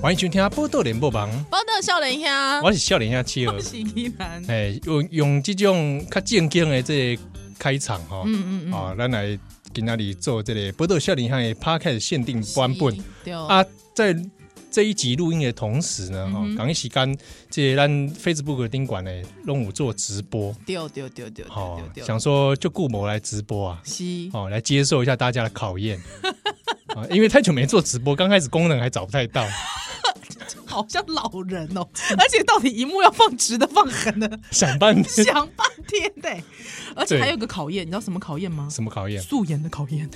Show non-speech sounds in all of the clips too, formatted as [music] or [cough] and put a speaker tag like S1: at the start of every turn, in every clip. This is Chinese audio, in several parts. S1: 欢迎收听《波多联播网》，
S2: 报道少年兄，
S1: 我是笑脸下企鹅
S2: 我。啊哦是依兰。
S1: 哎，哦用用这种较正经的这个开场哈，
S2: 嗯嗯嗯，
S1: 啊，咱来今那里做这个波多笑脸下的 p a r k 限定版本
S2: 是对啊，
S1: 啊，在这一集录音的同时呢，哈、
S2: 嗯哼
S1: 同一时间这个咱 Facebook 的宾馆呢，拢有做直播，
S2: 对对对对
S1: 哦
S2: 对，对对，
S1: 想说就顾某来直播啊，
S2: 是，
S1: 哦，来接受一下大家的考验。
S2: [laughs]
S1: 啊，因为太久没做直播，刚开始功能还找不太到，
S2: 好像老人哦，而且到底荧幕要放直的放横的，
S1: [laughs] 想
S2: [laughs]
S1: 半天
S2: 想半天的，而且
S1: 对
S2: 还有一个考验，你知道什么考验吗？
S1: 什么考验？
S2: 素颜的考验，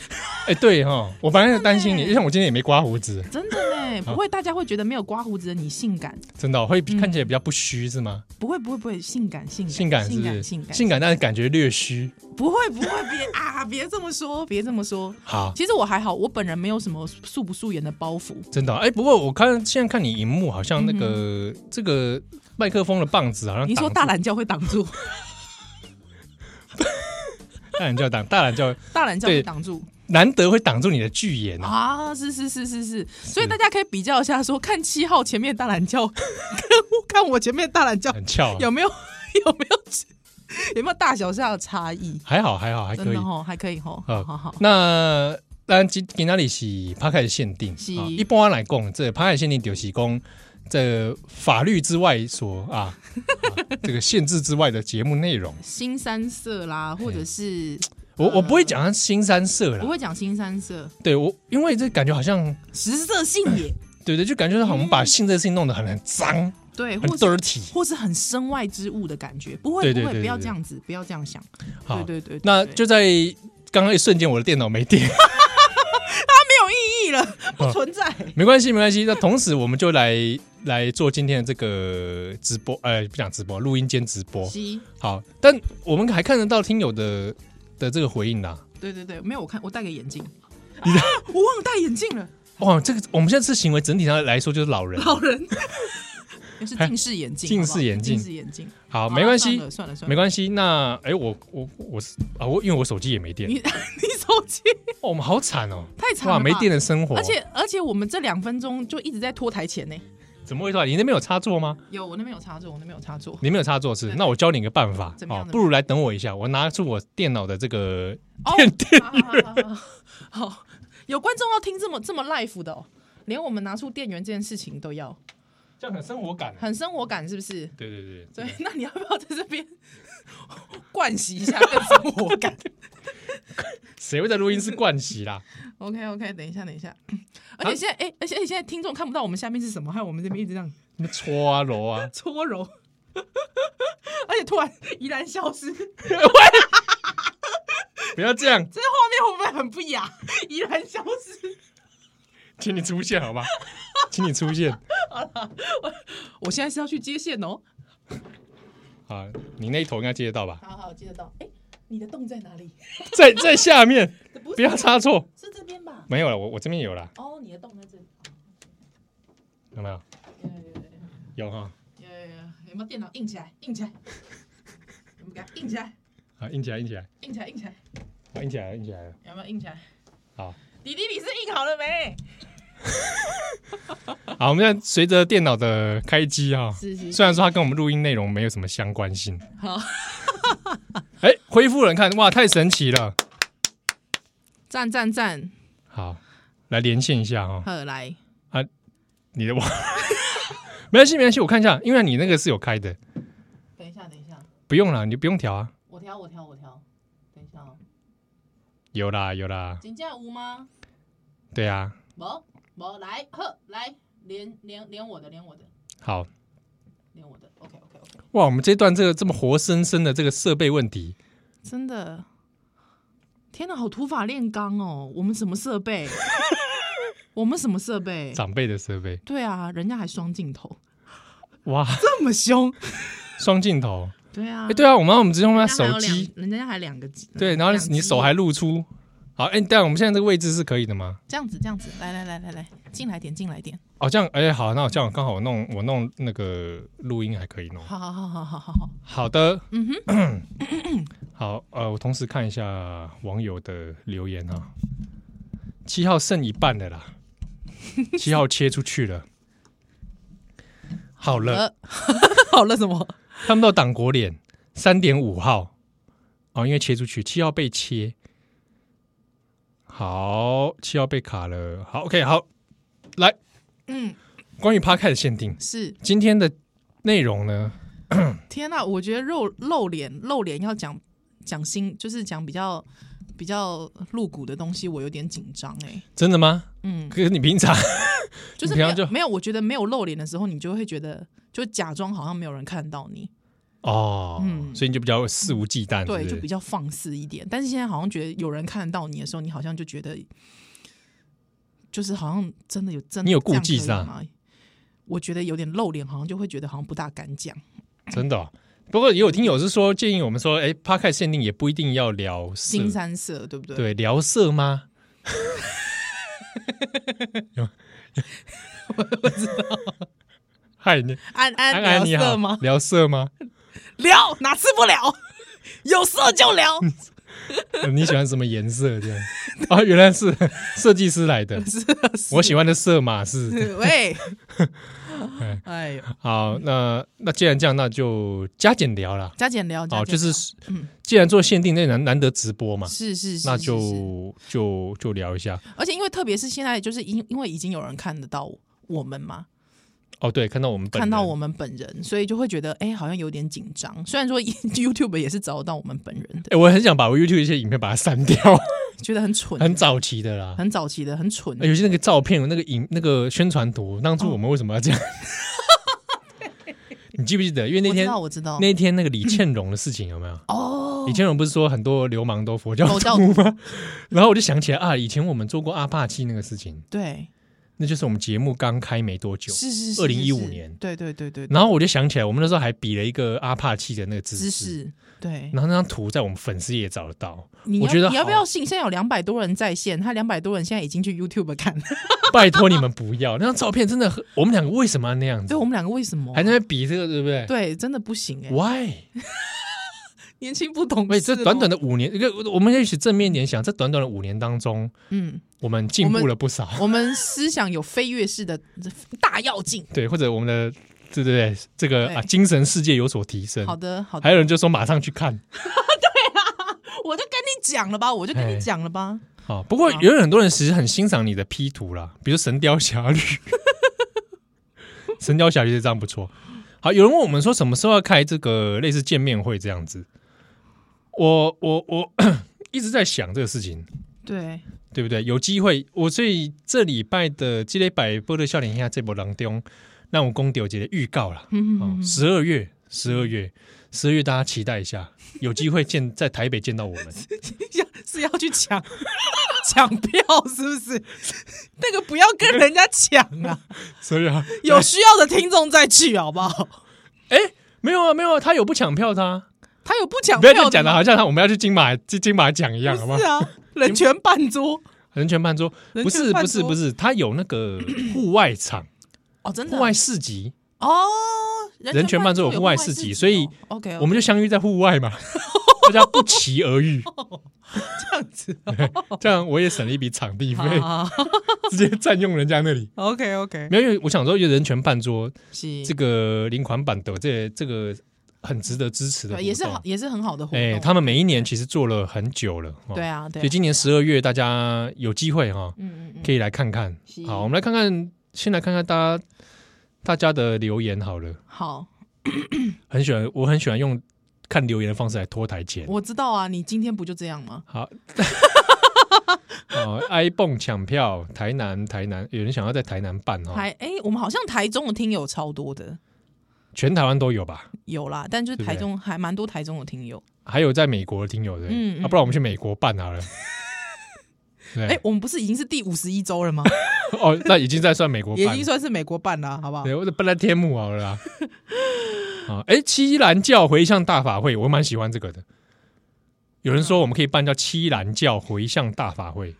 S1: 哎、对哈，我本来有担心你，就像我今天也没刮胡子，
S2: 真
S1: [laughs]
S2: 的呢，欸不会大家会觉得没有刮胡子的你性感，
S1: 真的哦、会看起来比较不虚是吗？
S2: 不会不会不会性感性感
S1: 性感是
S2: 性
S1: 不
S2: 感
S1: 是？
S2: 性感
S1: 性感但是感觉略虚。
S2: 不会不会别 [laughs] 啊别这么说别这么说，
S1: 好，
S2: 其实我还好，我本人没有什么素不素颜的包
S1: [laughs]
S2: 袱，
S1: 真的哦、哎、不过我看现在看你荧幕，好像那个、这个麦克风的棒子好像
S2: 嗯你说大
S1: 挡
S2: 懒觉会挡住，
S1: 住大懒叫挡大懒叫，
S2: 大懒觉
S1: 对
S2: 会挡住。
S1: 难得会挡住你的巨眼啊！
S2: 啊，是是是是是，所以大家可以比较一下说看七号前面大懒觉， [laughs] 跟看我前面大懒觉
S1: 很翘、啊，
S2: 有没 [laughs] 有有没有有没有大小上的差异？
S1: 还好还好还
S2: 真
S1: 可以
S2: 的。哦，还可以哦，
S1: 呃
S2: 好好好，
S1: 那咱今今那里是拍开限定，
S2: 是
S1: 啊一般来讲，这拍开限定就是讲这法律之外所啊 [laughs] 啊这个限制之外的节目内容。
S2: 新三色
S1: 哎
S2: 啦，或者是
S1: 我
S2: 啊
S1: 我不会讲它新三色啦，
S2: 不会讲新三色，
S1: 对我，因为这感觉好像，
S2: 食色性也，
S1: 对对，就感觉好像我们把性这事情弄得很很脏，
S2: 对，
S1: 很
S2: 或是
S1: dirty。
S2: 或是很身外之物的感觉，不
S1: 对
S2: 会
S1: 对
S2: 不会，
S1: 对
S2: 不要
S1: 对
S2: 这样子，不要这样想，对
S1: 好，
S2: 对对，对
S1: 啊那
S2: 对
S1: 就在刚刚一瞬间，我的电脑没
S2: [laughs]
S1: 电，
S2: 没有意
S1: [laughs]
S2: 义了，
S1: 嗯
S2: 不存在，
S1: 没关系，没关系。那同时，我们就来来做今天的这个直播，呃，不讲直播，录音间直播。
S2: 七，
S1: 好，但我们还看得到听友的的这个回应啦。
S2: 对对对，没有，我看我戴个眼
S1: [laughs]
S2: 镜，啊我忘了戴眼镜了。
S1: 哇，这个我们现在这行为整体上来说就是
S2: [laughs]
S1: 老人。
S2: 老人，是近视眼镜，
S1: 哎近
S2: 好不好
S1: 视眼镜
S2: 近视眼镜，
S1: 好，没关系
S2: 哦算，了算了算
S1: 没
S2: 了，
S1: 关系。那哎，我我我是啊，我因为我手机也没电，
S2: 你你 [laughs] 手机
S1: 哦，我们好惨哦。
S2: 太长了
S1: 哇，
S2: 吧
S1: 没电，的哦生活，
S2: 而且而且我们这两分钟就一直在拖台前呢。
S1: 怎么会突然？你那边有插座吗？
S2: 有，我那边有插座，我那边有插座。
S1: 你没有插座是？
S2: 对
S1: 那我教你一个办法
S2: 怎，么样
S1: 好，
S2: 怎么样
S1: 不如来等我一下，我拿出我电脑的这个 [laughs]
S2: 哦
S1: 电电，
S2: 好好好好，好有观众要听这么这么 life 的哦，连我们拿出电源这件事情都要，
S1: 这样很生活
S2: [laughs]
S1: 感。
S2: 很生活感是不是？
S1: 对对对
S2: 对， [laughs] 那你要不要在这边 [laughs] 灌洗一下更生活感？
S1: 谁会在录音室灌洗
S2: [laughs]
S1: 啦？
S2: OK OK，等一下等一下，而且现在哎、而且而且现在听众看不到我们下面是什么，还有我们这边一直这样，
S1: 你们搓啊揉啊
S2: 搓揉，而且突然怡然消失，这画
S1: 不要这样，
S2: 面会不会很不雅？怡然消失，
S1: 请你出现好吧，请你出现。
S2: 我现在是要去接线哦。
S1: 好，你那一头应该接得到吧？
S2: 好好接得到，哎、你的洞在哪里？
S1: 在在下面，
S2: 不
S1: 不要插错。
S2: 是这边吧？
S1: 没有了，我我这边有了，
S2: 哦，你的洞在这里。
S1: 有没有？
S2: 有有
S1: 有哈，
S2: 有有有有没有电脑硬起来？硬起来，我们给它硬起来，
S1: 好，印起来，印起来，
S2: 硬起来，硬起来，
S1: 好，印起来了，印起来了。
S2: 有没有硬起来？
S1: 好，
S2: 弟弟，你是硬好了没？
S1: 好，我们现在随着电脑的开机哈，
S2: 是是
S1: 虽然说它跟我们录音内容没有什么相关性， [laughs]
S2: 好，
S1: 哎，恢复了，你看，哇，太神奇了。
S2: 赞赞赞，
S1: 好，来连线一下哈，
S2: 好来。
S1: 你的网， [laughs] 没关系，没关系，我看一下，因为你那个是有开的，
S2: 等一下，等一下，
S1: 不用啦，你不用调啊。
S2: 我调，我调，我调。等一下哦，
S1: 有啦，有啦，
S2: 真正有吗？
S1: 对啊，
S2: 没，没来，呵，来，连连连我的，连我的，
S1: 好，
S2: 连我的。OK OK OK，
S1: 哇，我们这段这个这么活生生的这个设备问题，
S2: 真的，天哪，好土法炼钢哦！我们什么设 [laughs] 备？我们什么设备？
S1: 长辈的设备，
S2: 对啊，人家还双镜头，
S1: 哇，
S2: 这么凶。
S1: 双镜头，
S2: 对啊，
S1: 哎、对啊，我们我们直接用它
S2: 人家还
S1: 手
S2: 有两，
S1: 机，
S2: 人家还两个机。
S1: 对，然后
S2: 两
S1: 你
S2: 机
S1: 你手还露出，好，哎、但我们现在这个位置是可以的吗？
S2: 这样子，这样子，来来来来来，进来点，进来点。
S1: 哦，这样，哎、好，那我这样刚好我弄我弄那个录音还可以弄，
S2: 好好好好好好
S1: [laughs]
S2: 好。
S1: 好的，
S2: 嗯
S1: 哼，好，呃，我同时看一下网友的留言啊，七号剩一半的啦，七号切出去了，好了，
S2: 呃，好了什么？
S1: 他们到党国脸三点五号，哦，因为切出去，七号被切，好，七号被卡了，好，OK，好，来，
S2: 嗯，
S1: 关于 p a r k 的限定，
S2: 是
S1: 今天的内容呢，
S2: 天呐，我觉得露露脸露脸要讲讲新，就是讲比较比较露骨的东西，我有点紧张哎。
S1: 真的吗？
S2: 嗯，
S1: 可是你平常
S2: 就是
S1: 你
S2: 没
S1: 平常
S2: 有
S1: 就
S2: 没有，我觉得没有露脸的时候，你就会觉得就假装好像没有人看到你，
S1: 哦，
S2: 嗯
S1: 所以你就比较肆无忌惮，
S2: 对，
S1: 是不
S2: 就是比较放肆一点。但是现在好像觉得有人看得到你的时候，你好像就觉得就是好像真的有真的
S1: 你有
S2: 这样
S1: 顾忌
S2: 可以
S1: 是吧
S2: 吗？我觉得有点露脸，好像就会觉得好像不大敢讲。
S1: 真的哦、不过也有听友是说建议我们说，哎 p a r k 限定也不一定要聊色，
S2: 新三色对不对？，
S1: 对，聊色
S2: [laughs]
S1: 吗？我不知道。嗨，你
S2: 安安
S1: 安安你
S2: 聊
S1: 好
S2: 色吗，？
S1: 聊色
S2: [laughs]
S1: 吗？
S2: 聊哪次
S1: [laughs]
S2: 不聊？有色就聊，
S1: 呃你喜欢什么颜色？这样啊，原来
S2: [laughs]
S1: 是设计师来的。
S2: 是
S1: 我喜欢的色码是
S2: [laughs]
S1: [laughs]
S2: 喂，哎呦，
S1: 好。那那既然这样，那就加减聊啦。
S2: 加减聊，加
S1: 好，
S2: 减
S1: 哦就
S2: 聊
S1: 是
S2: 嗯
S1: 既然做限定，那难难得直播嘛，
S2: 是是是，
S1: 那
S2: 是是
S1: 就就就聊一下。
S2: 而且因为特别是现在，就是因因为已经有人看得到我们嘛，
S1: 哦，对，看到我们本
S2: 看到
S1: 人
S2: 我们本人，所以就会觉得哎、好像有点紧张。虽然说 [laughs] YouTube 也是找得到我们本人的，
S1: 哎、我很想把我 YouTube 一些影片把它删
S2: [laughs]
S1: 掉，
S2: 觉得很蠢，
S1: 很早期的啦，
S2: 很早期的，很蠢。
S1: 尤其那个照片、那个影、那个宣传图，当初我们为什么要
S2: [laughs]
S1: 这样？你记不记得？因为那
S2: 我知
S1: 天
S2: 道，我知道，
S1: 那天那个李倩蓉的事情有没有？
S2: 哦
S1: 李，倩蓉不是说很多流氓都佛教
S2: 佛教
S1: 徒吗？ [laughs] 然后我就想起来啊，以前我们做过阿帕契那个事情，
S2: 对，
S1: 那就是我们节目刚开没多久。
S2: 是是是，
S1: 2015
S2: 是是
S1: 年
S2: 对对对对，
S1: 然后我就想起来，我们那时候还比了一个阿帕契的那个姿势，
S2: 姿势对。
S1: 然后那张图在我们粉丝也找得到。 [laughs]
S2: 你要
S1: 我觉得
S2: 你要不
S1: 好
S2: 要信？现在有两百多人在线，他两百多人现在已经去 YouTube 看了。 [laughs]
S1: 拜托你们不要那张照片，真的很，我们两个为什么要那样子
S2: 对？我们两个为什么啊
S1: 还在那边比这个，对不对？
S2: 对真的不行哎、
S1: Why？
S2: 年轻不懂
S1: 喂，
S2: 事。哦
S1: 这短短，的五年，一个我们也许正面联想，这短短的五年当中，
S2: 嗯，
S1: 我们进步了不少，
S2: 我们思想有飞跃式的大跃进。
S1: [laughs] 对，或者我们的对对对，这个
S2: 对
S1: 啊精神世界有所提升。
S2: 好的，好的
S1: 还，有人就说马上去看
S2: 我就跟你讲了吧，我就跟
S1: 哎
S2: 你讲了吧。
S1: 啊，不过
S2: 好
S1: 有很多人其实很欣赏你的 P 图啦，比如《神雕侠侣》， [laughs] 《神雕侠侣》这张不错。好，有人问我们说什么时候要开这个类似见面会这样子，我我我 [coughs] 一直在想这个事情，
S2: 对，
S1: 对不对？有机会，我所以这礼拜的积累百波的笑脸下这波当中，让我公丢节的预告了。
S2: 嗯
S1: 哦，十二月，十二月，十二月，大家期待一下，有机会见在台北见到我们。
S2: [laughs] [laughs] 要是要去抢抢票，是不是？那个不要跟人家抢啊，
S1: 所以啊，
S2: 有需要的听众再去好不好？
S1: 没有啊，没有啊，他有不抢票的、啊，
S2: 他有不抢
S1: 不要
S2: 票
S1: 这样
S2: 的
S1: 讲的，
S2: 吗
S1: 好像他我们要去金马金金马奖一样，好不好
S2: 是？啊，
S1: [laughs]
S2: 人权半桌
S1: 人权办桌
S2: 人
S1: 不
S2: 权
S1: 是
S2: 办
S1: 不是
S2: 桌
S1: 不是，他有那个户外
S2: [coughs]
S1: 场、
S2: 哦，真的
S1: 户外市集，
S2: 哦，
S1: 人权办桌有
S2: 有
S1: 户外市
S2: 市
S1: 集所以
S2: OK，
S1: 我们就相遇在户外
S2: [laughs]
S1: 嘛，大家不期而遇，
S2: 这样子
S1: 这样我也省了一笔场地费。
S2: 啊
S1: 直接占用人家那里。
S2: ，OK OK，
S1: 没有，因为我想说，因为人权办桌
S2: 是
S1: 这个零款版的这这个很值得支持的活动，
S2: 对，呃也是好，也是很好的活
S1: 哎、
S2: 动。
S1: 他们每一年其实做了很久了，哦
S2: 对，啊，对啊，
S1: 所以今年十二月大家有机会哈、哦，
S2: 嗯嗯嗯，
S1: 可以来看看。
S2: 是
S1: 好，我们来看看，先来看看大家大家的留言好了。
S2: 好，
S1: 很喜欢，我很喜欢用看留言的方式来拖台前。
S2: 我知道啊，你今天不就这样吗？
S1: 好， [laughs] 哦，iPhone 抢票，台南台南有人想要在台南办哈、
S2: 台
S1: 哦，
S2: 哎、我们好像台中的听友超多的，
S1: 全台湾都有吧？
S2: 有啦，但就是
S1: 对不
S2: 台
S1: 对
S2: 中还蛮多台中的听友。
S1: 还有在美国的听友的，
S2: 嗯嗯
S1: 啊，不然我们去美国办
S2: [laughs]
S1: 好了。对，
S2: 哎、我们不是已经是第五十一周了
S1: [laughs]
S2: 吗？
S1: 哦，那已经在算美国
S2: 也已
S1: 办
S2: 经
S1: 了，
S2: 算是美国办了，好不好？
S1: 对，我本来天幕好了啦。 [laughs] 啊，哎，七兰教回向大法会，我蛮喜欢这个的。有人说我们可以办叫七兰教回向大法会，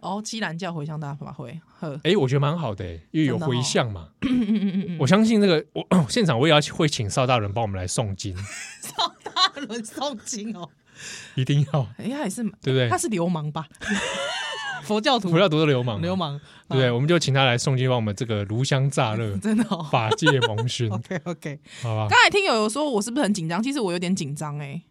S2: 哦，基兰教回向大法会，
S1: [laughs]
S2: 呵， [laughs]
S1: 哎，我觉得蛮好的，因为有回向嘛。
S2: 嗯嗯嗯嗯嗯，
S1: 我相信这个，我哦现场我也要会请邵大人帮我们来诵
S2: [laughs]
S1: 经，
S2: 大轮诵经哦，
S1: 一定要，
S2: 哎、他也是蛮，
S1: 对不对
S2: 他？是流氓吧？ [laughs] 佛教徒
S1: 不要读的流氓、
S2: 流，氓，
S1: 嗯对不对？我们就请他来诵经，帮我们这个炉香乍热
S2: [laughs] 啊， [laughs] 真的哦。
S1: 法界蒙熏，好
S2: OK OK，
S1: 吧？
S2: 刚才听友有说我是不是很紧张？其实我有点紧张哎，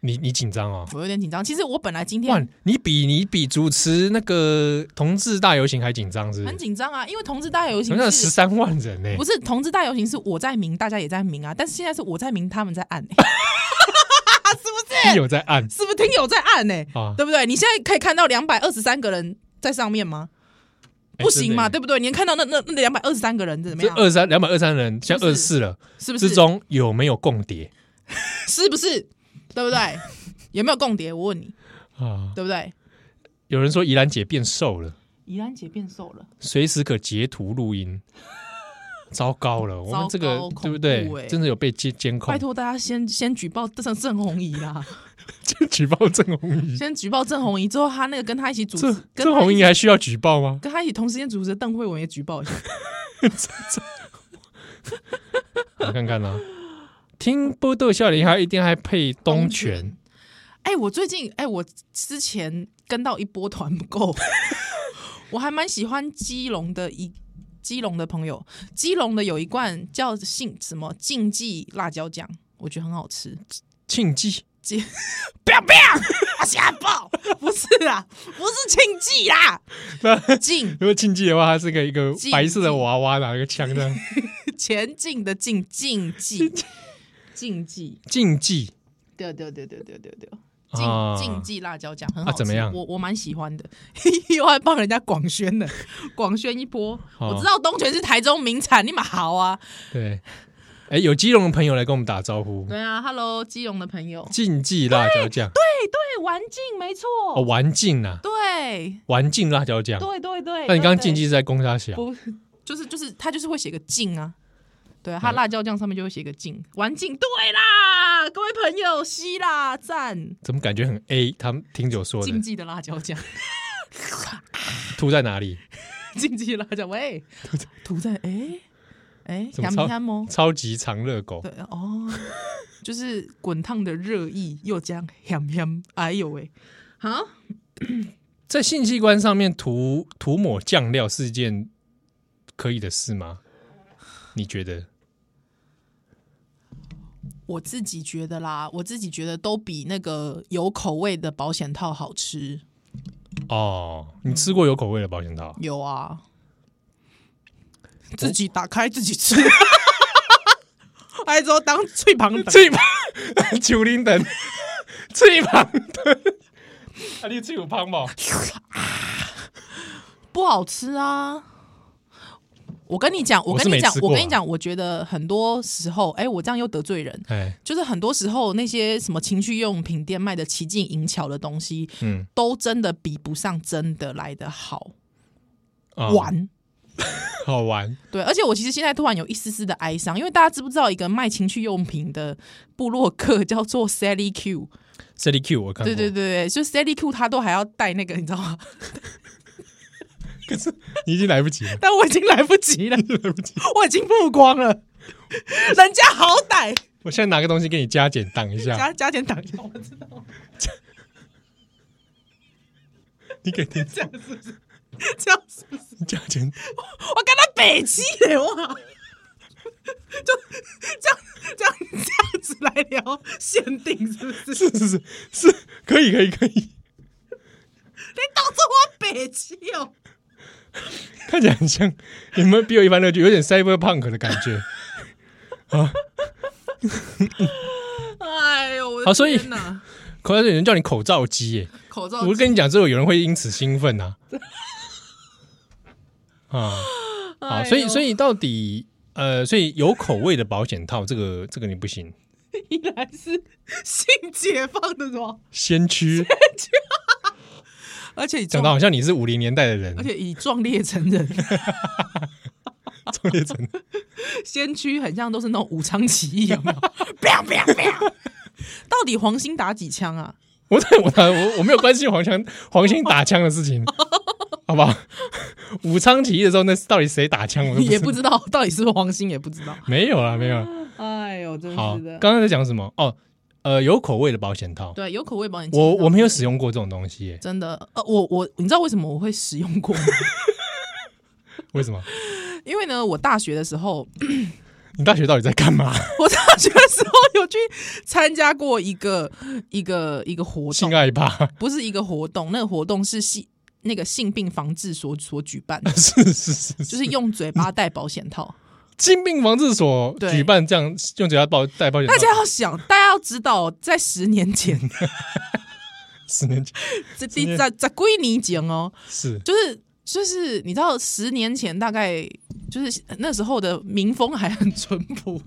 S1: 你你紧张哦？
S2: 我有点紧张。其实我本来今
S1: 哇
S2: 天，
S1: 你比你比主持那个同志大游行还紧张是不
S2: 很
S1: 是？
S2: 紧张啊，因为同志大游行
S1: 那十
S2: 是
S1: 三万人欸呢、
S2: 不是同志大游行是我在明，大家也在明啊，但是现在是我在明，他们在暗、 [laughs] 欸，是不是？
S1: 有在按
S2: 是不是听友在暗呢、欸
S1: 啊？
S2: 对不对？你现在可以看到两百二十三个人在上面吗？
S1: 哎
S2: 不行嘛，
S1: 真
S2: 对不对？你能看到那那那两百二十三个人怎么
S1: 这
S2: 样？
S1: 二三两百二三人，现在
S2: 是
S1: 二
S2: 不是
S1: 四了，
S2: 是不是？
S1: 之中有没有共谍
S2: 是不是？对不对？有没有共谍？我问你，
S1: 啊？
S2: 对不对？
S1: 有人说宜兰姐变瘦了，
S2: 怡兰姐变瘦了，
S1: 随时可截图录音。 [laughs] 糟糕
S2: [laughs]
S1: 了，我们这个
S2: 糟糕
S1: 对不对
S2: 恐怖？欸
S1: 真的有被监监控
S2: 拜，托大家先先举报郑郑红怡
S1: [laughs]
S2: 啦，
S1: 举报郑红怡。
S2: 先举报郑红怡之后，他那个跟他一起主持
S1: 这，
S2: 跟
S1: 郑
S2: 他
S1: 红
S2: 一
S1: 怡啊
S2: 起
S1: 还需要举报吗？
S2: 跟他一起同时间主持的邓慧文也
S1: [laughs]
S2: 举报一下，
S1: 我看看啊，听波豆笑脸还一定还配东泉，。
S2: 哎、我最近哎、我之前跟到一波团购， [laughs] 我还蛮喜欢基隆的一基隆的朋友，基隆的有一罐叫杏什么禁忌辣椒酱，我觉得很好吃。
S1: 庆记
S2: 不要不要，我瞎报，不是啊，不是禁忌啦，禁
S1: [laughs] 如果庆记的话，它是个一个
S2: 禁
S1: 白色的娃娃拿一个枪
S2: [laughs]
S1: 的
S2: 前进的进禁
S1: [laughs]
S2: 忌禁忌，
S1: 禁忌
S2: 对对对对对对对。禁
S1: 啊，
S2: 禁忌辣椒酱很好吃，
S1: 啊怎么样
S2: 我我蛮喜欢的， [laughs] 又还帮人家广宣的，广宣一波。
S1: 哦
S2: 我知道东泉是台中名产，你们好啊。
S1: 对。哎，有基隆的朋友来跟我们打招呼，
S2: 对啊，Hello，基隆的朋友，
S1: 禁忌辣椒酱对
S2: 对，玩境没错，
S1: 哦，玩禁呐，
S2: 对
S1: 玩禁辣椒酱。
S2: 对对对。
S1: 那你刚刚禁忌
S2: 对
S1: 是在攻沙小
S2: 不就是就是他就是会写个禁啊，对啊，他辣椒酱上面就会写个禁，玩境对啦，各位朋友，希腊赞
S1: 怎么感觉很 A？他们听友说的
S2: 禁，忌的辣椒酱， [laughs]
S1: 吐在哪里？
S2: 禁忌的辣椒，喂，涂在哎哎，
S1: 怎么
S2: 杨
S1: 超
S2: 明安吗？
S1: 超级长热狗，
S2: 对哦， [laughs] 就是滚烫的热意，又这样香香，哎呦喂，好，
S1: 在性器官上面涂涂抹酱料是一件可以的事吗？你觉得？
S2: 我自己觉得啦，我自己觉得都比那个有口味的保险套好吃。
S1: 哦，你吃过有口味的保险套？
S2: 有啊，自己打开自己吃，还之后当脆旁
S1: [laughs]
S2: 的，
S1: 脆胖九零等， [laughs] 脆胖的，啊，你最有胖吗？
S2: 不好吃啊。我跟你讲，我
S1: 我是
S2: 跟你
S1: 没
S2: 讲
S1: 吃，
S2: 我
S1: 过
S2: 跟你
S1: 啊
S2: 讲，我觉得很多时候，哎、我这样又得罪人。
S1: 哎，
S2: 就是很多时候那些什么情趣用品店卖的奇境淫巧的东西，
S1: 嗯，
S2: 都真的比不上真的来的好
S1: 啊
S2: 玩。
S1: 好玩，
S2: 对，而且我其实现在突然有一丝丝的哀伤，因为大家知不知道一个卖情趣用品的部落客叫做 Sally Q？
S1: 这里 Q 我看过，
S2: 对对对对，就 Sally Q 他都还要带那个，你知道吗？
S1: 你已经来不及了，
S2: 但我已经来不及了，我已经曝光了。人家好歹
S1: 我现在拿个东西给你加减挡一下，
S2: 加加点档一下，我知道
S1: 你给听
S2: 这样是不是？这样是不是？
S1: 加减，
S2: 我跟他北极嘞，哇！ [laughs] 就这样这样这样子来聊限定是
S1: [laughs]
S2: 不是？
S1: 是是是是，可以可以可以，
S2: 你当做我北极哦？
S1: 看起来很像，你们比我一般乐趣有点 cyberpunk 的感觉。
S2: 哎呦，我的
S1: 好所以
S2: 天哪
S1: 口罩有人叫你口罩机耶、
S2: 口罩
S1: 我跟你讲，之后有人会因此兴奋
S2: [laughs]
S1: 呐、啊。
S2: 哎
S1: 好，
S2: 呦
S1: 所以所以到底呃，所以有口味的保险套，这个这个你不行，
S2: 依然是性解放的什么？
S1: 先
S2: [laughs]
S1: 驱
S2: 而且以
S1: 讲
S2: 壮
S1: 的好像你是五零年代的人
S2: [laughs] 而，且以壮烈成
S1: [laughs]
S2: 人，
S1: 中烈成
S2: 先驱很像都是那种武昌起义，有
S1: [laughs]
S2: 没有？不要不要不要！到底黄兴打几枪啊？
S1: 我在我打我我没有关心黄强黄兴打枪的事
S2: [laughs]
S1: 情，好不好？武昌起义的时候，那到底谁打枪？我都
S2: 也
S1: 不
S2: 不
S1: 知
S2: 知道，到底是不是黄兴也不知道。
S1: 没有啦，没有啦。
S2: 哎呦，真
S1: 好
S2: [laughs] 是的，。
S1: 刚刚在讲什么？哦，呃有口味的保险套，
S2: 对，有口味保险。
S1: 我我没有使用过这种东西耶，
S2: 真的，呃，我我你知道为什么我会使用过吗？ [laughs]
S1: 为什么？
S2: 因为呢，我大学的时候，
S1: 你大学到底在干
S2: [laughs]
S1: 嘛？
S2: 我大学的时候有去参加过一个一个一个活
S1: 性
S2: 动，
S1: 爱吧？ [laughs]
S2: 不是一个活动，那个活动是性那个性病防治所所举办的，
S1: 是是是，
S2: 就是嗯用嘴巴戴保险套。
S1: 精病防治所
S2: 对
S1: 举办这样用嘴巴保带保险套
S2: 大，家要想，大家要知道，哦在十 [laughs] 年前，
S1: 十年前
S2: 这第在在归你讲哦，
S1: [laughs] 是
S2: 就是就是，你知道，十年前大概就是那时候的民风还很淳朴，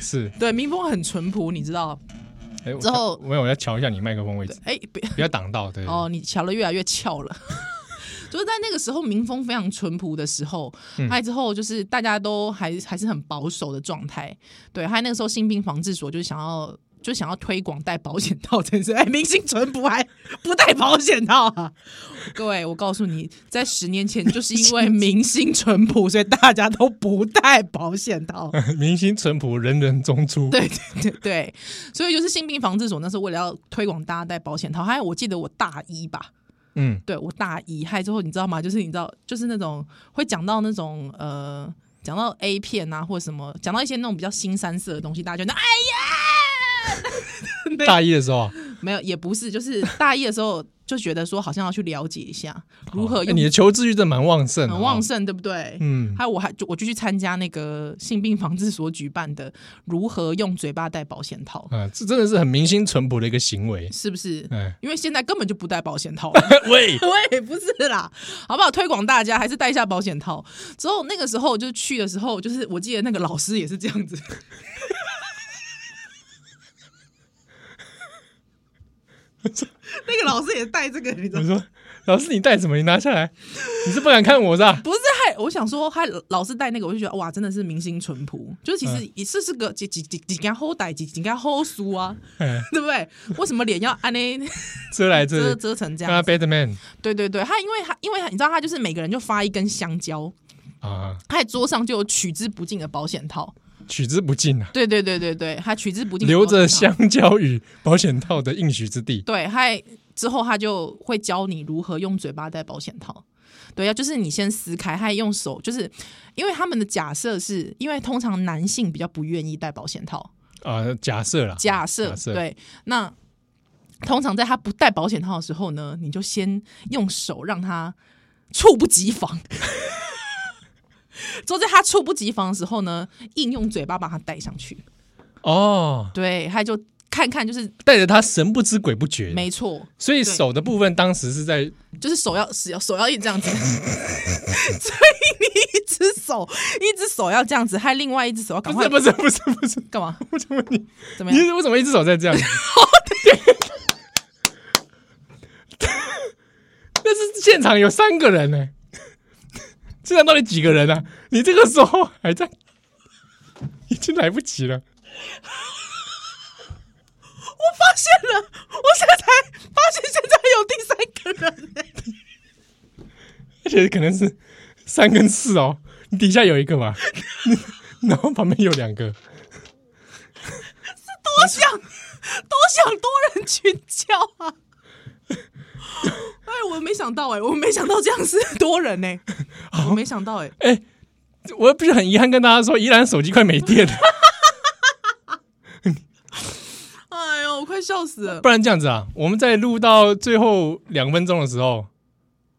S1: 是。
S2: 对，民风很淳朴，你知道？
S1: 哎，我
S2: 之后
S1: 我我要瞧一下你麦克风位置，
S2: 哎，不
S1: 不要挡到，对对
S2: 哦，你瞧的越来越翘了。 [laughs] 就是在那个时候，民风非常淳朴的时候，还有之后就是大家都还还是很保守的状态，对，还有那个时候性病防治所就是想要就想要推广戴保险套这件事，哎， [laughs] 明星淳朴还不戴保险套啊！ [laughs] 各位，我告诉你，在十年前就是因为明星淳朴，所以大家都不戴保险套。
S1: [laughs] 明星淳朴，人人中出。
S2: 对对对对，所以就是性病防治所那时候为了要推广大家戴保险套，还有我记得我大一吧，
S1: 嗯，
S2: 对我大一，还之后你知道吗？就是你知道，就是那种会讲到那种呃，讲到 A 片啊，或者什么，讲到一些那种比较新三色的东西，大家就哎呀，
S1: 大一的时候啊，
S2: 没有，也不是，就是大一的时候就觉得说好像要去了解一下如何
S1: 哦哎
S2: 用
S1: 你的求知欲真的蛮旺盛的，哦
S2: 很旺。盛，对不对？
S1: 嗯，
S2: 还有我还就我就去参加那个性病防治所举办的如何用嘴巴戴保险套，
S1: 啊，这真的是很明星淳朴的一个行为。
S2: 是不是？
S1: 哎，
S2: 因为现在根本就不戴保险套了。
S1: [laughs] 喂，
S2: 对，不是啦，好不好？推广大家还是戴一下保险套。之后那个时候就去的时候，就是我记得那个老师也是这样子，那个老师也戴这个，你知道
S1: 我
S2: 吗？
S1: 说老师，你带什么？你拿下来，你是不敢看我是吧？
S2: 不是还我想说，还老师戴那个，我就觉得哇，真的是明星淳朴，就是其实也是是个几几几几根后歹几几根后梳啊，
S1: 哎，
S2: 对不对？为什么脸要按呢
S1: 遮来遮
S2: 遮
S1: 去，
S2: 遮成这
S1: 让
S2: 样
S1: 他
S2: 子？
S1: Batman
S2: 对对对，他因为他因为他你知道他就是每个人就发一根香蕉，
S1: 啊，
S2: 他在桌上就有取之不尽的保险套。
S1: 取之不尽啊，
S2: 对对对对对，他取之不尽，
S1: 留着。香蕉与保险套的应许之地。
S2: 对，还之后他就会教你如何用嘴巴戴保险套。对呀、就是你先撕开，还用手，就是因为他们的假设是因为通常男性比较不愿意戴保险套，
S1: 啊，假设啦，
S2: 假设
S1: 假设
S2: 对，那通常在他不戴保险套的时候呢，你就先用手让他猝不及
S1: [laughs]
S2: 防，之后在他猝不及防的时候呢，硬用嘴巴把它戴上去，
S1: 哦，
S2: 对，他就看看就是
S1: 带着他神不知鬼不觉，
S2: 没错，
S1: 所以
S2: 对
S1: 手的部分当时是在
S2: 就是手要手要手要一直这 [laughs] 样子，所以你一只手一只手要这样子，还另外一只手要赶
S1: 不
S2: 快
S1: 是不是不是不是， [laughs]
S2: 干嘛？
S1: 我想问你，
S2: 怎么
S1: 你
S2: 样？
S1: 是为什么一只手在这样？ [laughs] 但是现场有三个人呢、现场到底几个人啊？你这个时候还在，已经来不及了。
S2: 我发现了，我现在才发现现在有第三个人、欸
S1: 而且可能是三跟四哦，你底下有一个嘛， [laughs] 你然后旁边有两个，
S2: 多想多想多人群交啊！哎，我没想到哎、我没想到这样是多人 [laughs] 呢、我没想到哎、
S1: 哎、我必须很遗憾跟大家说，宜兰手机快没电了，
S2: 哎呦，我快笑死了！
S1: 不然这样子啊，我们在录到最后两分钟的时候，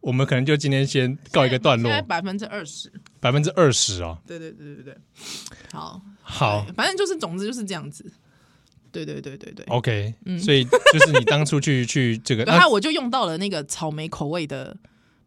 S1: 我们可能就今天先告一个段落
S2: 现在，百分之二十，
S1: 百分之二十哦。
S2: 对对对对对，好，嗯
S1: 好
S2: 对反正就是，总之就是这样子。对对对对对。
S1: ，OK，、所以就是你当初去去这
S2: [laughs]
S1: 个，
S2: 对，还
S1: 哦那
S2: 有我就用到了那个草莓口味的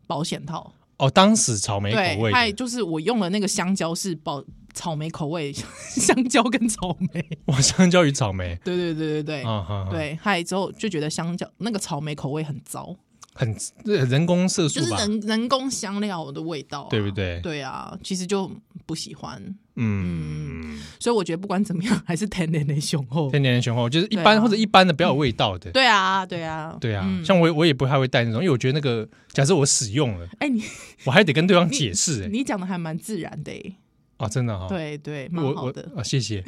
S2: 保险套，
S1: 哦，当时草莓口
S2: 对，
S1: 味
S2: 还有
S1: 的，
S2: 就是我用了那个香蕉是保草莓口味， [laughs] 香蕉跟草莓，
S1: 哇，香蕉与草莓，
S2: 对对对对对、
S1: 啊哈，哈，
S2: 对，还有之后就觉得香蕉那个草莓口味很糟，
S1: 很这人工色素
S2: 就是
S1: 吧，
S2: 人人工香料的味道啊、
S1: 对不对？
S2: 对啊，其实就不喜欢，
S1: 嗯，
S2: 所以我觉得不管怎么样，还是甜甜的雄厚。
S1: 天然雄厚就是一
S2: 对啊
S1: 般或者一般的不要有味道的，
S2: 对啊，对啊，
S1: 对啊，
S2: 嗯
S1: 像我我也不太会带那种，因为我觉得那个假设我使用了，
S2: 哎、你
S1: 我还得跟对方解释哎、啊
S2: 你讲的还蛮自然的、欸，
S1: 哦，真的哈、哦，
S2: 对对，蛮
S1: 我
S2: 好
S1: [laughs] 我
S2: 的。
S1: 啊，谢谢。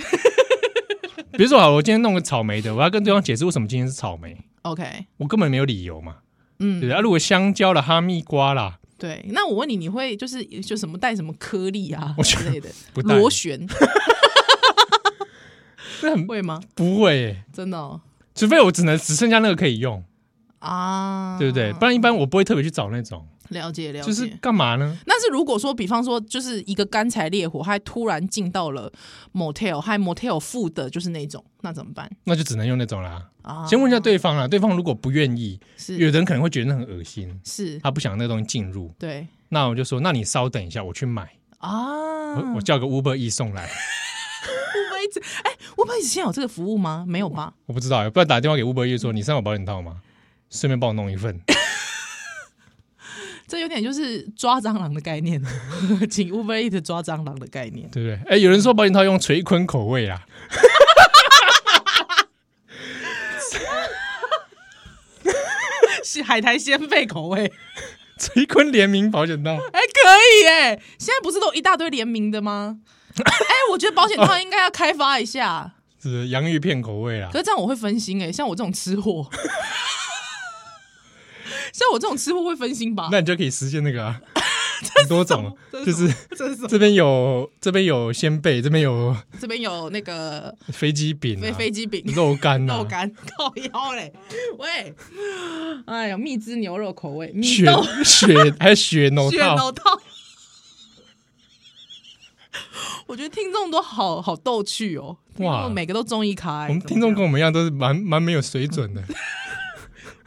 S1: 比如说，好了，我今天弄个草莓的，我要跟对方解释为什么今天是草莓，
S2: OK，
S1: 我根本没有理由嘛。对不
S2: 嗯，
S1: 对啊，如果香蕉啦、哈密瓜啦，
S2: 对。那我问你，你会就是就什么带什么颗粒啊
S1: [laughs] 我觉
S2: 之
S1: 得
S2: 类的
S1: 不带
S2: 螺
S1: [laughs]
S2: 旋
S1: 那很
S2: 会吗？
S1: 不会耶，
S2: 真的哦
S1: 除非我只能只剩下那个可以用，
S2: 啊？
S1: 对不对？不然一般我不会特别去找那种，
S2: 了解了解。
S1: 就是干嘛呢？
S2: 但是如果说，比方说，就是一个干柴烈火，还突然进到了 motel，还 motel 附的就是那种，那怎么办
S1: 那就只能用那种啦。
S2: 啊？
S1: 先问一下对方啦，对方如果不愿意，有
S2: 是
S1: 的人可能会觉得那很恶心，
S2: 是，
S1: 他不想那东西进入，
S2: 对
S1: 那我就说，那你稍等一下，我去买，
S2: 啊，
S1: 我我叫个 Uber E 送来。
S2: 乌龟子，哎，乌龟子现在有这个服务吗？没有吧？
S1: 我不知道耶，不然打电话给 Uber E 说，你身上有保险套吗？顺便帮我弄一份。
S2: 这有点就是抓蟑螂的概念， [laughs] 请 Uber Eat 抓蟑螂的概念。
S1: 对不对？哎，有人说保险套用垂坤口味啊啦，
S2: [laughs] 是海苔鲜贝口味，
S1: [laughs] 垂坤联名保险套，
S2: [laughs] 哎、可以哎、现在不是都一大堆联名的 [laughs] 吗？哎、我觉得保险套应该要开发一下，
S1: 是不是洋芋片口味啦啊
S2: 可。是这样我会分心哎、像我这种吃 [laughs] 货，像我这种吃货会分心吧？
S1: 那你就可以实现那
S2: [laughs]
S1: 个啊，很多种，啊
S2: 这
S1: 就是
S2: 什么
S1: 是
S2: 这是什么
S1: 这边有这边有鲜贝，这边有
S2: 这边有那个
S1: 飞机饼、
S2: 飞
S1: 啊、
S2: 飞机饼、
S1: 肉干呐、
S2: 肉
S1: 啊、
S2: 干、 [laughs] 靠腰嘞，喂，哎呦，蜜汁牛肉口味，米
S1: 雪
S2: 豆
S1: 雪还有雪浓
S2: 血
S1: 套，
S2: 脑套。 [laughs] 我觉得听众都好好逗趣哦，听
S1: 哇
S2: 众每个都中意咖、欸。
S1: 我们
S2: 怎么
S1: 听众
S2: 这
S1: 跟
S2: 样
S1: 我们一样都是蛮蛮没有水准的，
S2: 嗯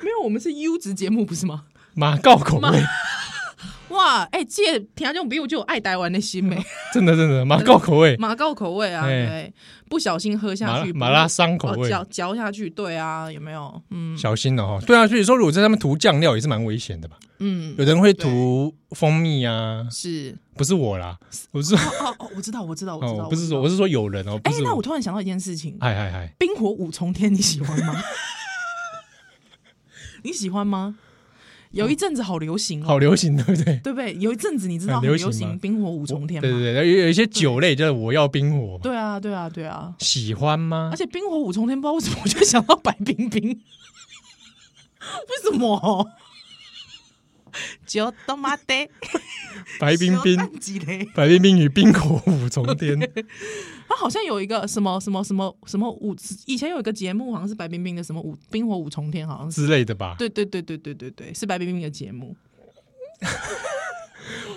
S2: 没有，我们是 U 值节目不是吗？
S1: 马告口味，
S2: 哇，哎、这田中比我就有爱台湾的
S1: [laughs]
S2: 心美，
S1: 真的真的马告口味，
S2: [laughs] 马告口味啊，
S1: 哎
S2: 对，不小心喝
S1: 马
S2: 下去，
S1: 马拉桑口
S2: 哦
S1: 味，
S2: 嚼嚼下去，对啊，有没有？嗯
S1: 小心了哈。对啊，所以说如果在上面涂酱料也是蛮危险的吧？
S2: 嗯，
S1: 有的人会涂蜂蜜啊，
S2: 是。
S1: 不是我啦，我是
S2: 哦哦哦，我知道，我知道，我知
S1: 哦，
S2: 道，
S1: 我不是
S2: 知道
S1: 说我是说有人哦，不
S2: 哎、
S1: 是
S2: 那我突然想到一件事情，
S1: 嗨嗨嗨，
S2: 冰火五重天》你喜欢
S1: [laughs]
S2: 吗？你喜欢吗？有一阵子好流行哦，
S1: 好流行对不对？
S2: 对不对？有一阵子你知道
S1: 很
S2: 很
S1: 流
S2: 流
S1: 行
S2: 行
S1: 吗
S2: 《冰火五重天》
S1: 对
S2: 吗？
S1: 对对，有有一些酒类就是我要冰火，
S2: 对啊，对啊，对啊！
S1: 喜欢吗
S2: 而？且《冰火五重天》不知道为什么我就想到白冰冰， [laughs] 为什么？就他妈的
S1: 白冰冰，
S2: 几嘞？
S1: 白冰冰与冰火五重
S2: [laughs]
S1: 天，
S2: 他啊好像有一个什么什么什么什么五，以前有一个节目好像是白冰冰的什么五冰火五重天，好像是。
S1: 之类的吧。
S2: 对对对对对对对，是白冰冰的节目。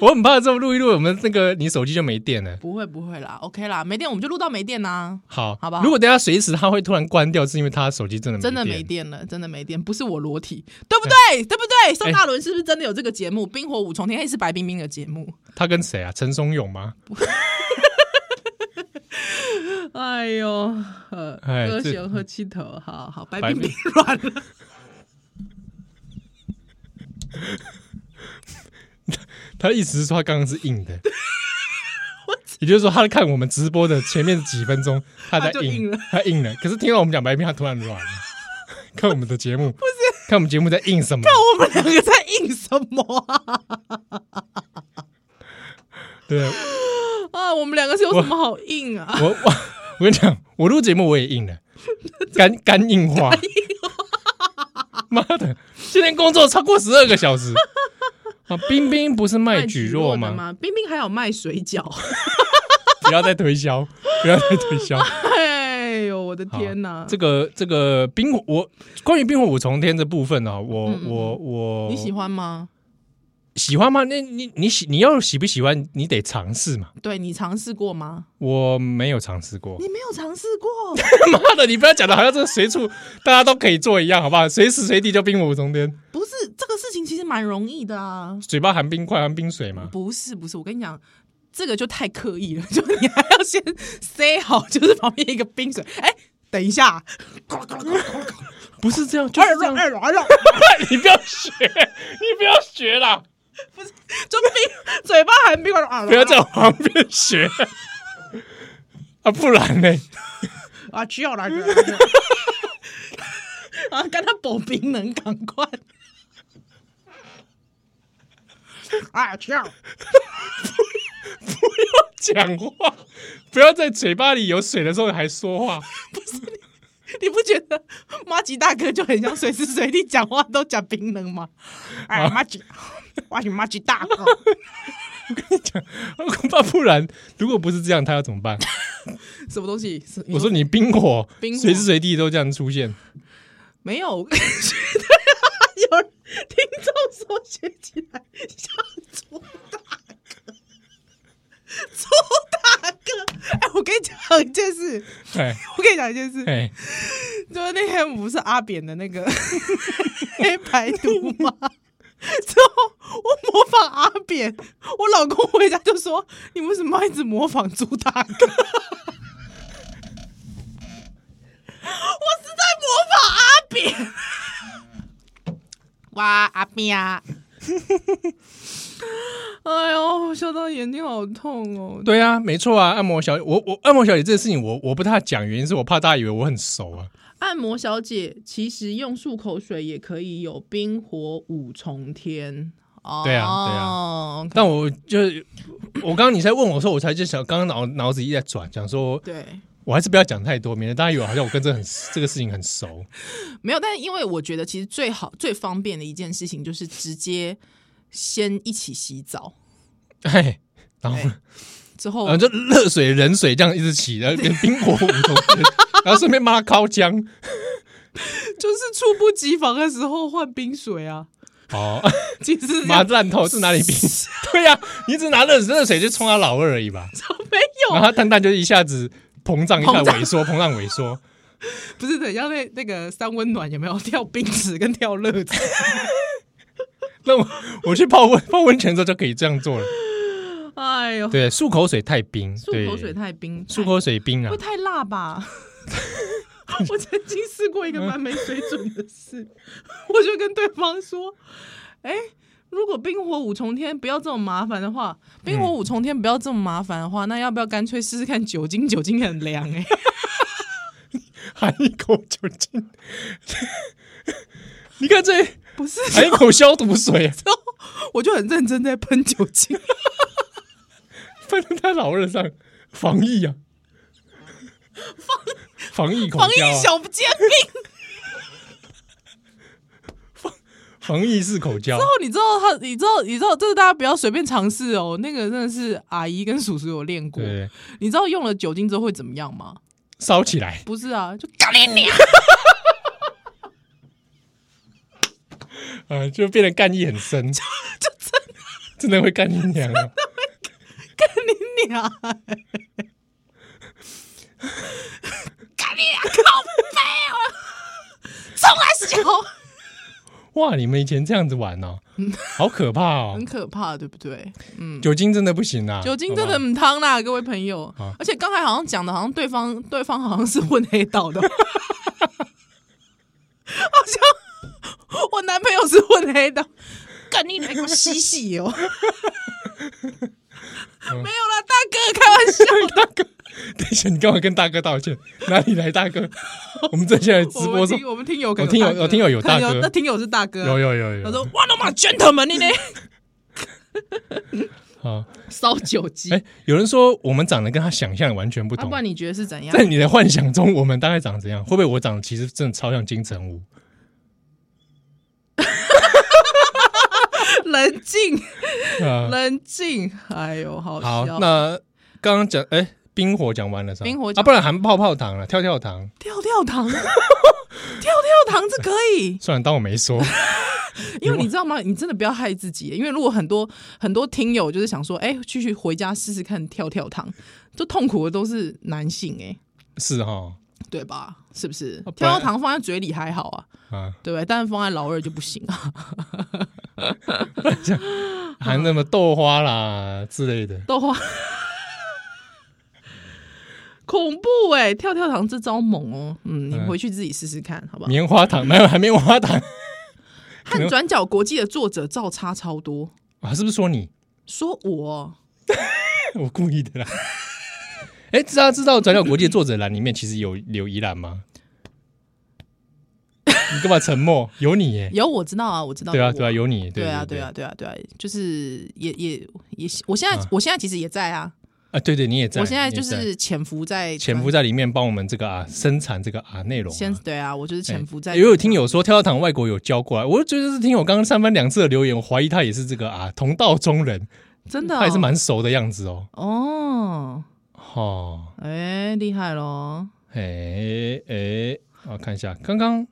S1: 我很怕这么录一录，我们那个你手机就没电了。
S2: 不会不会啦，OK 啦，没电我们就录到没电啦、
S1: 好，
S2: 好吧
S1: 如果等一下随时它会突然关掉，是因为它手机真的
S2: 真的没
S1: 没电。哎
S2: 电了，真的没电，不是我裸体，对不对？对不对？宋大伦是不是真的有这个节目《冰火五重天》？哎，是白冰冰的节目。
S1: 它跟谁啊？陈松勇吗？
S2: 哎呦，呃，
S1: 哎
S2: 歌
S1: 这
S2: 雄和七头，好好，白
S1: 白
S2: 冰冰软了，
S1: 他的意思是说他刚刚是硬的， [laughs] 也就是说他在看我们直播的前面几分 [laughs] 钟，他在
S2: 他就
S1: 硬，
S2: 硬了
S1: 他硬了。可是听到我们讲白冰，他突然 [laughs] 软了。看我们的节目，不是看我们节目在硬什么？
S2: [laughs] 我们两个在硬什么啊？
S1: 对
S2: [laughs] 啊，我们两个是有什么好硬啊？
S1: 我我我跟你讲，我录节目我也硬 [laughs] 了，肝肝硬化。妈的，今天工作超过十二个小 [laughs] 时。啊，冰冰不是卖蒟蒻
S2: 的
S1: 吗？
S2: 吗？冰冰还有卖水饺， [laughs]
S1: 不要再推销，不要再推销。
S2: 哎呦，我的天哪！
S1: 啊这个这个冰火，我关于冰火五重天的部分呢、我、我我
S2: 你喜欢吗？
S1: 喜欢吗？那你你喜你要喜不喜欢？你得尝试嘛。
S2: 对你尝试过吗？
S1: 我没有尝试过。
S2: 你没有尝试过。
S1: [laughs] 妈的，你不要讲的好像这个随处大家都可以做一样，好不好？随时随地就冰火五重天，
S2: 不是这个事情，其实蛮容易的啊。
S1: 嘴巴含冰块，含冰水嘛。
S2: 不是不是，我跟你讲，这个就太刻意了， [laughs] 就你还要先塞好，就是旁边一个冰水。哎、等
S1: [laughs]
S2: 一下，
S1: 不是这样，就是
S2: 二
S1: 这
S2: 肉
S1: 样。
S2: 二肉二肉，
S1: 哎你不要学， [laughs] 你不要学啦，
S2: 就冰嘴巴含冰块，二
S1: 不要在
S2: 样
S1: 我旁边学。啊，不然呢？ [laughs]
S2: 啊，只有来 [laughs] 着。啊，跟他保冰能赶快。 [laughs] 哎啊，只有
S1: 讲话，不要在嘴巴里有水的时候还说话。
S2: [laughs] 你不觉得马吉大哥就很像随时随地讲话都讲冰
S1: [laughs]
S2: 冷吗？哎，
S1: 啊
S2: 马吉，哇，你马吉大哦哥，
S1: [laughs] 恐怕不然，如果不是这样，他要怎么办？
S2: 什么东西？是
S1: 我说你冰火，
S2: 冰火
S1: 随时随地都这样出现，
S2: 没有，我跟你说有听众说学起来像朱大哥，朱大哥，哎，我跟你讲一件事，
S1: 哎
S2: 我跟你讲一件事，
S1: 哎，
S2: [laughs] 就是那天不是阿扁的那个 [laughs] 黑白图吗？ [laughs] 之后我模仿阿扁，我老公回家就说：“你为什么要一直模仿朱大哥？” [laughs] 我是在模仿阿扁。哇，阿扁啊！ [laughs] 哎呦，我笑到眼睛好痛哦。
S1: 对啊，没错啊，按摩小我我按摩小姐这个事情我，我不太讲，原因是我怕大家以为我很熟啊。
S2: 按摩小姐其实用漱口水也可以有冰火五重天。哦
S1: 对啊对
S2: 啊，
S1: 但我就是我刚刚你在问我的时候，我才就想，刚刚脑脑子一直在转，想说
S2: 对，
S1: 我还是不要讲太多，免得大家以为好像我跟这很这个事情很熟。
S2: 没有。但是因为我觉得，其实最好、最方便的一件事情就是直接先一起洗澡，
S1: 哎，然后
S2: 对
S1: 呢
S2: 之后
S1: 然后就热水、冷水这样一直起，然后变冰火五重天，然后顺便骂靠姜
S2: 就是猝不及防的时候换冰水啊。
S1: 哦，
S2: [laughs] 其实是这
S1: 妈
S2: 样
S1: 烂头是哪
S2: [laughs]
S1: 里冰？对呀、你只拿热热水去冲他老二而已吧，
S2: 没
S1: 然
S2: 有，
S1: 后他蛋蛋就一下子膨胀，一下
S2: 膨胀
S1: 萎缩，膨胀萎缩。
S2: [laughs] 不是等一下那那个三温暖有没有 [laughs] 跳冰池跟跳热池？
S1: 那我我去泡温泡温泉的时候就可以这样做了。
S2: [laughs] 哎呦，
S1: 对，漱口水太冰，
S2: 漱口水太冰，
S1: 对漱口水冰啊
S2: 会，太辣 [laughs] 吧？我曾经试过一个蛮没水准的事， [laughs] 我就跟对方说：“哎、如果冰火五重天不要这么麻烦的话，冰火五重天不要这么麻烦的话，那要不要干脆试试看酒精？酒精很凉哎、
S1: [laughs] 含一口酒精。 [laughs] 你看这
S2: [laughs] 不 [laughs] 是？
S1: 含一口消毒水，
S2: 我就很认真在喷酒精， [laughs]
S1: 喷到他老二上，防疫
S2: [laughs]
S1: 啊，防防疫口
S2: 防
S1: 胶
S2: 疫
S1: 啊，
S2: 小尖兵。
S1: 防疫式口胶
S2: [laughs] 然，后你知道他，你知道，你知道，这个大家不要随便尝试哦。那个真的是阿姨跟叔叔有练过，
S1: 对，
S2: 你知道用了酒精之后会怎么样吗？
S1: 烧起来。
S2: 不是啊，就
S1: 呃，就变得干意很
S2: [laughs]
S1: 深，就 [laughs] 真的真的会干你娘啊！
S2: 你俩，干你俩靠背啊！冲啊小，
S1: 哇，你们以前这样子玩哦，
S2: 嗯
S1: [laughs] 好可怕哦
S2: 很！可怕，对不对？嗯，
S1: 酒精真的不行啊，
S2: 酒精真的
S1: 好不好 [laughs]
S2: 很汤啦，各位朋友
S1: 好。
S2: 而且刚才好像讲的，好像对方对方好像是混黑道的，好像我男朋友是混黑道。干你来给我洗洗哦！没有啦，大哥，开玩笑的。
S1: 等一下，你干嘛跟大哥道歉？哪里来大哥？ [laughs] 我们正在直播
S2: 我们
S1: 中，
S2: 听我们听友可能
S1: 我听友我听友有大
S2: 大哥
S1: 哥
S2: 可能那听友是大哥，
S1: 有有有
S2: 他
S1: 有
S2: 说：“哇，那么 gentleman 你呢？
S1: [laughs] 好，
S2: 烧酒鸡，
S1: 哎，有人说我们长得跟他想象完全不
S2: 啊，
S1: 同
S2: 不，然你觉得是怎样
S1: 在？你的幻想中，我们大概长怎样？会不会我长得其实真的超像金城武？
S2: [laughs] 冷静， [laughs]
S1: 啊，
S2: 冷静，哎呦，好
S1: 好，
S2: 笑。
S1: 那刚刚讲，哎，冰火讲完了是吧？
S2: 冰火
S1: 啊，
S2: 讲
S1: 不然含泡泡糖了，跳跳糖。
S2: 跳
S1: [laughs]
S2: 跳糖，跳跳糖这可以，
S1: 虽然当我没
S2: [laughs]
S1: 说，
S2: 因为你知道吗？你真的不要害自己，因为如果很多很多听友就是想说，哎，去去回家试试看跳跳糖，就痛苦的都是男性，哎，
S1: 是哈
S2: 对吧？是不是
S1: 啊？不
S2: 跳
S1: 然
S2: 跳糖放在嘴里还好啊， [laughs]
S1: 啊，
S2: 对不对？但是放在老二就不行啊。 [laughs]
S1: 还那么豆花啦之类的，
S2: 豆花， [laughs] 恐怖哎、跳跳糖这招猛哦，嗯，你
S1: 嗯
S2: 回去自己试试看，好不好？
S1: 棉花糖没 [laughs] 有，还棉花糖
S2: 和转角国际的作者照差超多，
S1: 啊？是不是说你？ [laughs]
S2: 说我
S1: 我故意的啦。 [laughs] 哎，大家知道《转角国际》的作者栏里面其实有刘怡兰吗？你干嘛沉
S2: [laughs]
S1: 默？有你耶，
S2: 有我知道啊，我知道，
S1: 对啊，
S2: 有我
S1: 对啊，，有你，
S2: 对啊，
S1: 对
S2: 对啊，，对啊，对啊，就是也也也，我现在、
S1: 啊
S2: 我现在其实也在啊，
S1: 啊，对对，你也在，
S2: 我现在
S1: 你也
S2: 就
S1: 在
S2: 是潜伏在
S1: 潜伏在里面帮我们这个啊生产这个啊内容啊、
S2: 先对啊，我就是潜伏在
S1: 也有听友说跳跳糖外国有教过来，我就觉得是听友刚刚三番两次的留言，我怀疑他也是这个啊同道中人，
S2: 真的哦
S1: 他也是蛮熟的样子哦。
S2: 哦，
S1: 哦，
S2: 哎、厉害喽！
S1: 哎哎，我看一下，刚刚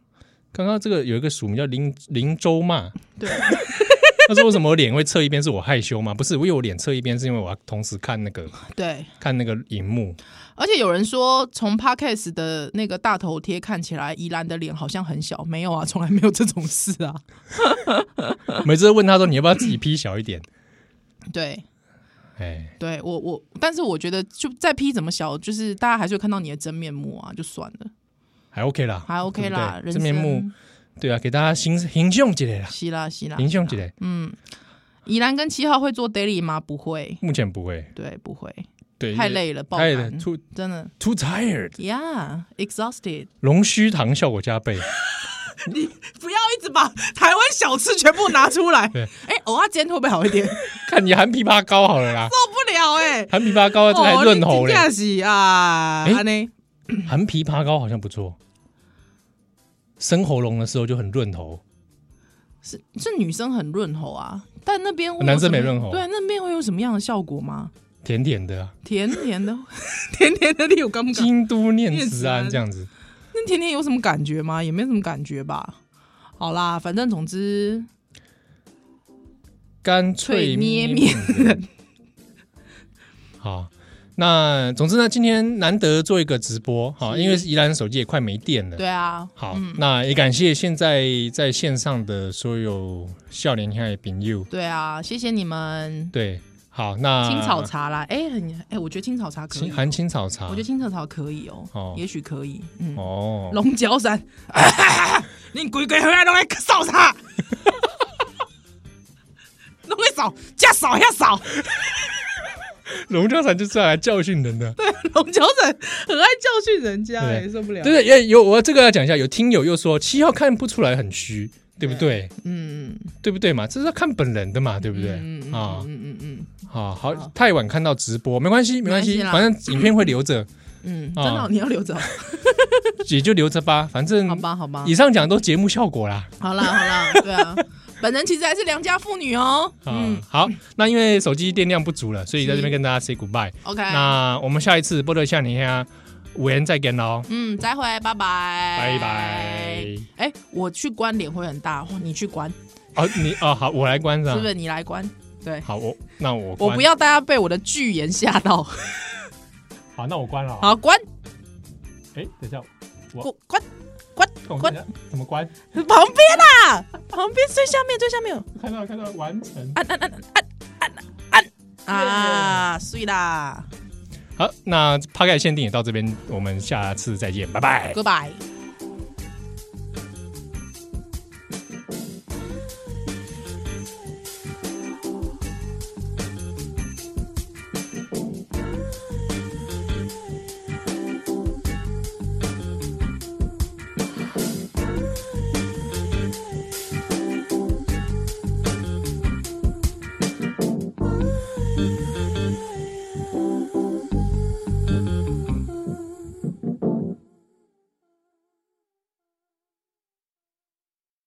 S1: 刚刚这个有一个署名叫林林州骂， [laughs]
S2: 对，
S1: 他说为什么我脸会侧一边是我害羞吗？不是，因为我脸侧一边是因为我要同时看那个
S2: 对，
S1: 看那个荧幕，
S2: 而且有人说，从 podcast 的那个大头贴看起来，宜兰的脸好像很小，没有啊，从来没有这种事
S1: [laughs]
S2: 啊。
S1: 每次都问他说你要不要自己 P 小一点？
S2: 对，
S1: 哎，
S2: 对我我，但是我觉得就再 P 怎么小，就是大家还是会看到你的真面目啊，就算了，
S1: 还 OK 啦，
S2: 还 OK 啦，
S1: 嗯对不对
S2: 人
S1: 这
S2: 生
S1: 面目对啊，给大家形形象起来啦，
S2: 是啦是啦，
S1: 形象起来，
S2: 嗯，宜兰跟七号会做 daily 吗？不会，
S1: 目前不会，
S2: 对，不会，
S1: 对，
S2: 太累了，爆
S1: 太累了
S2: 肝，
S1: ，too
S2: 真的
S1: too tired，
S2: ，Yeah，exhausted。
S1: 龙须糖效果加倍，
S2: 不要一直把台湾小吃全部拿出来。
S1: 对
S2: 哎、偶尔煎会不会好
S1: [laughs]
S2: 一点？受
S1: 看你含枇杷膏好了啦，
S2: 不了哎、
S1: [laughs] 含枇杷膏这还润喉嘞
S2: 真，的是啊，
S1: 哎
S2: 安尼
S1: 含枇杷膏好像不错，生喉咙的时候就很润喉，
S2: 是是女生很润喉啊，但那边会有
S1: 哦男生没
S2: 什么
S1: 润喉
S2: 对，那边会有什么样的效果吗？
S1: 甜甜的啊，
S2: 甜甜
S1: [laughs]
S2: 的，甜甜的，你有感觉？
S1: 京都念
S2: 念
S1: 慈
S2: 慈
S1: 庵
S2: 庵
S1: 这样子，
S2: 那甜甜有什么感觉吗？也没什么感觉吧。好啦，反正总之
S1: 干脆
S2: 脆捏
S1: 面人。好，那总之呢，今天难得做一个直播，好，
S2: 是
S1: 因为宜兰手机也快没电了。
S2: 对啊，
S1: 好，那也感谢现在在线上的所有笑脸天的朋友。
S2: 对啊，谢谢你们
S1: 对，好，那
S2: 青草茶啦，哎、很哎、我觉得青草茶可
S1: 啊
S2: 以
S1: 青，含青草茶，
S2: 我觉得青草茶可以哦，
S1: 哦
S2: 也许可以，嗯。
S1: 哦，
S2: 龙角散， [laughs] 恁规规回来拢爱
S1: [laughs]
S2: 扫啥？拢爱扫，遮扫遐扫。
S1: 龙江散就是要来教训人的。
S2: 龙角散很爱教训人家、
S1: 对
S2: 哎，受不了。
S1: 对对，也有我这个要讲一下，有听友又说七号看不出来很虚，对不对？
S2: 嗯，
S1: 对不对嘛？这是要看本人的嘛，对不对？
S2: 嗯嗯
S1: 啊
S2: 嗯嗯嗯
S1: 好好
S2: 好，
S1: 太晚看到直播没关系，没关系，
S2: 没关系啦
S1: 反正影片会留
S2: [laughs]
S1: 着，
S2: 嗯嗯，
S1: 啊
S2: 真的哦、你要留着哦，
S1: 也就留着吧。反
S2: 好
S1: 正
S2: 吧，好吧
S1: 以，上讲的都节目效果啦。
S2: 好啦，好啦，对啊，本人其实还是良家妇女哦。
S1: 嗯
S2: 嗯，
S1: 好，那因为手机电量不足了，所以在这边
S2: 是
S1: 跟大家 say goodbye。
S2: ，OK，
S1: 那我们下一次波特夏尼下，五人再见喽，
S2: 嗯，再会，拜拜，
S1: 拜
S2: 拜
S1: 拜。。
S2: 哎、我去关脸会很大，哇你去关，
S1: 哦，你哦好，我来关上，
S2: 是不是？你来关，对。
S1: 好，我那我关
S2: 我不要大家被我的巨言吓到，
S1: 好，那我关了。，
S2: 好关
S1: 哎，等一下，
S2: 关关
S1: 我看
S2: 关
S1: 一下怎么关？
S2: 旁边啦，旁边最下面最下面有
S1: 看到了看到了完成。
S2: 啊，碎啦
S1: 好，那帕盖限定也到这边，我们下次再见，拜拜。
S2: ，Goodbye。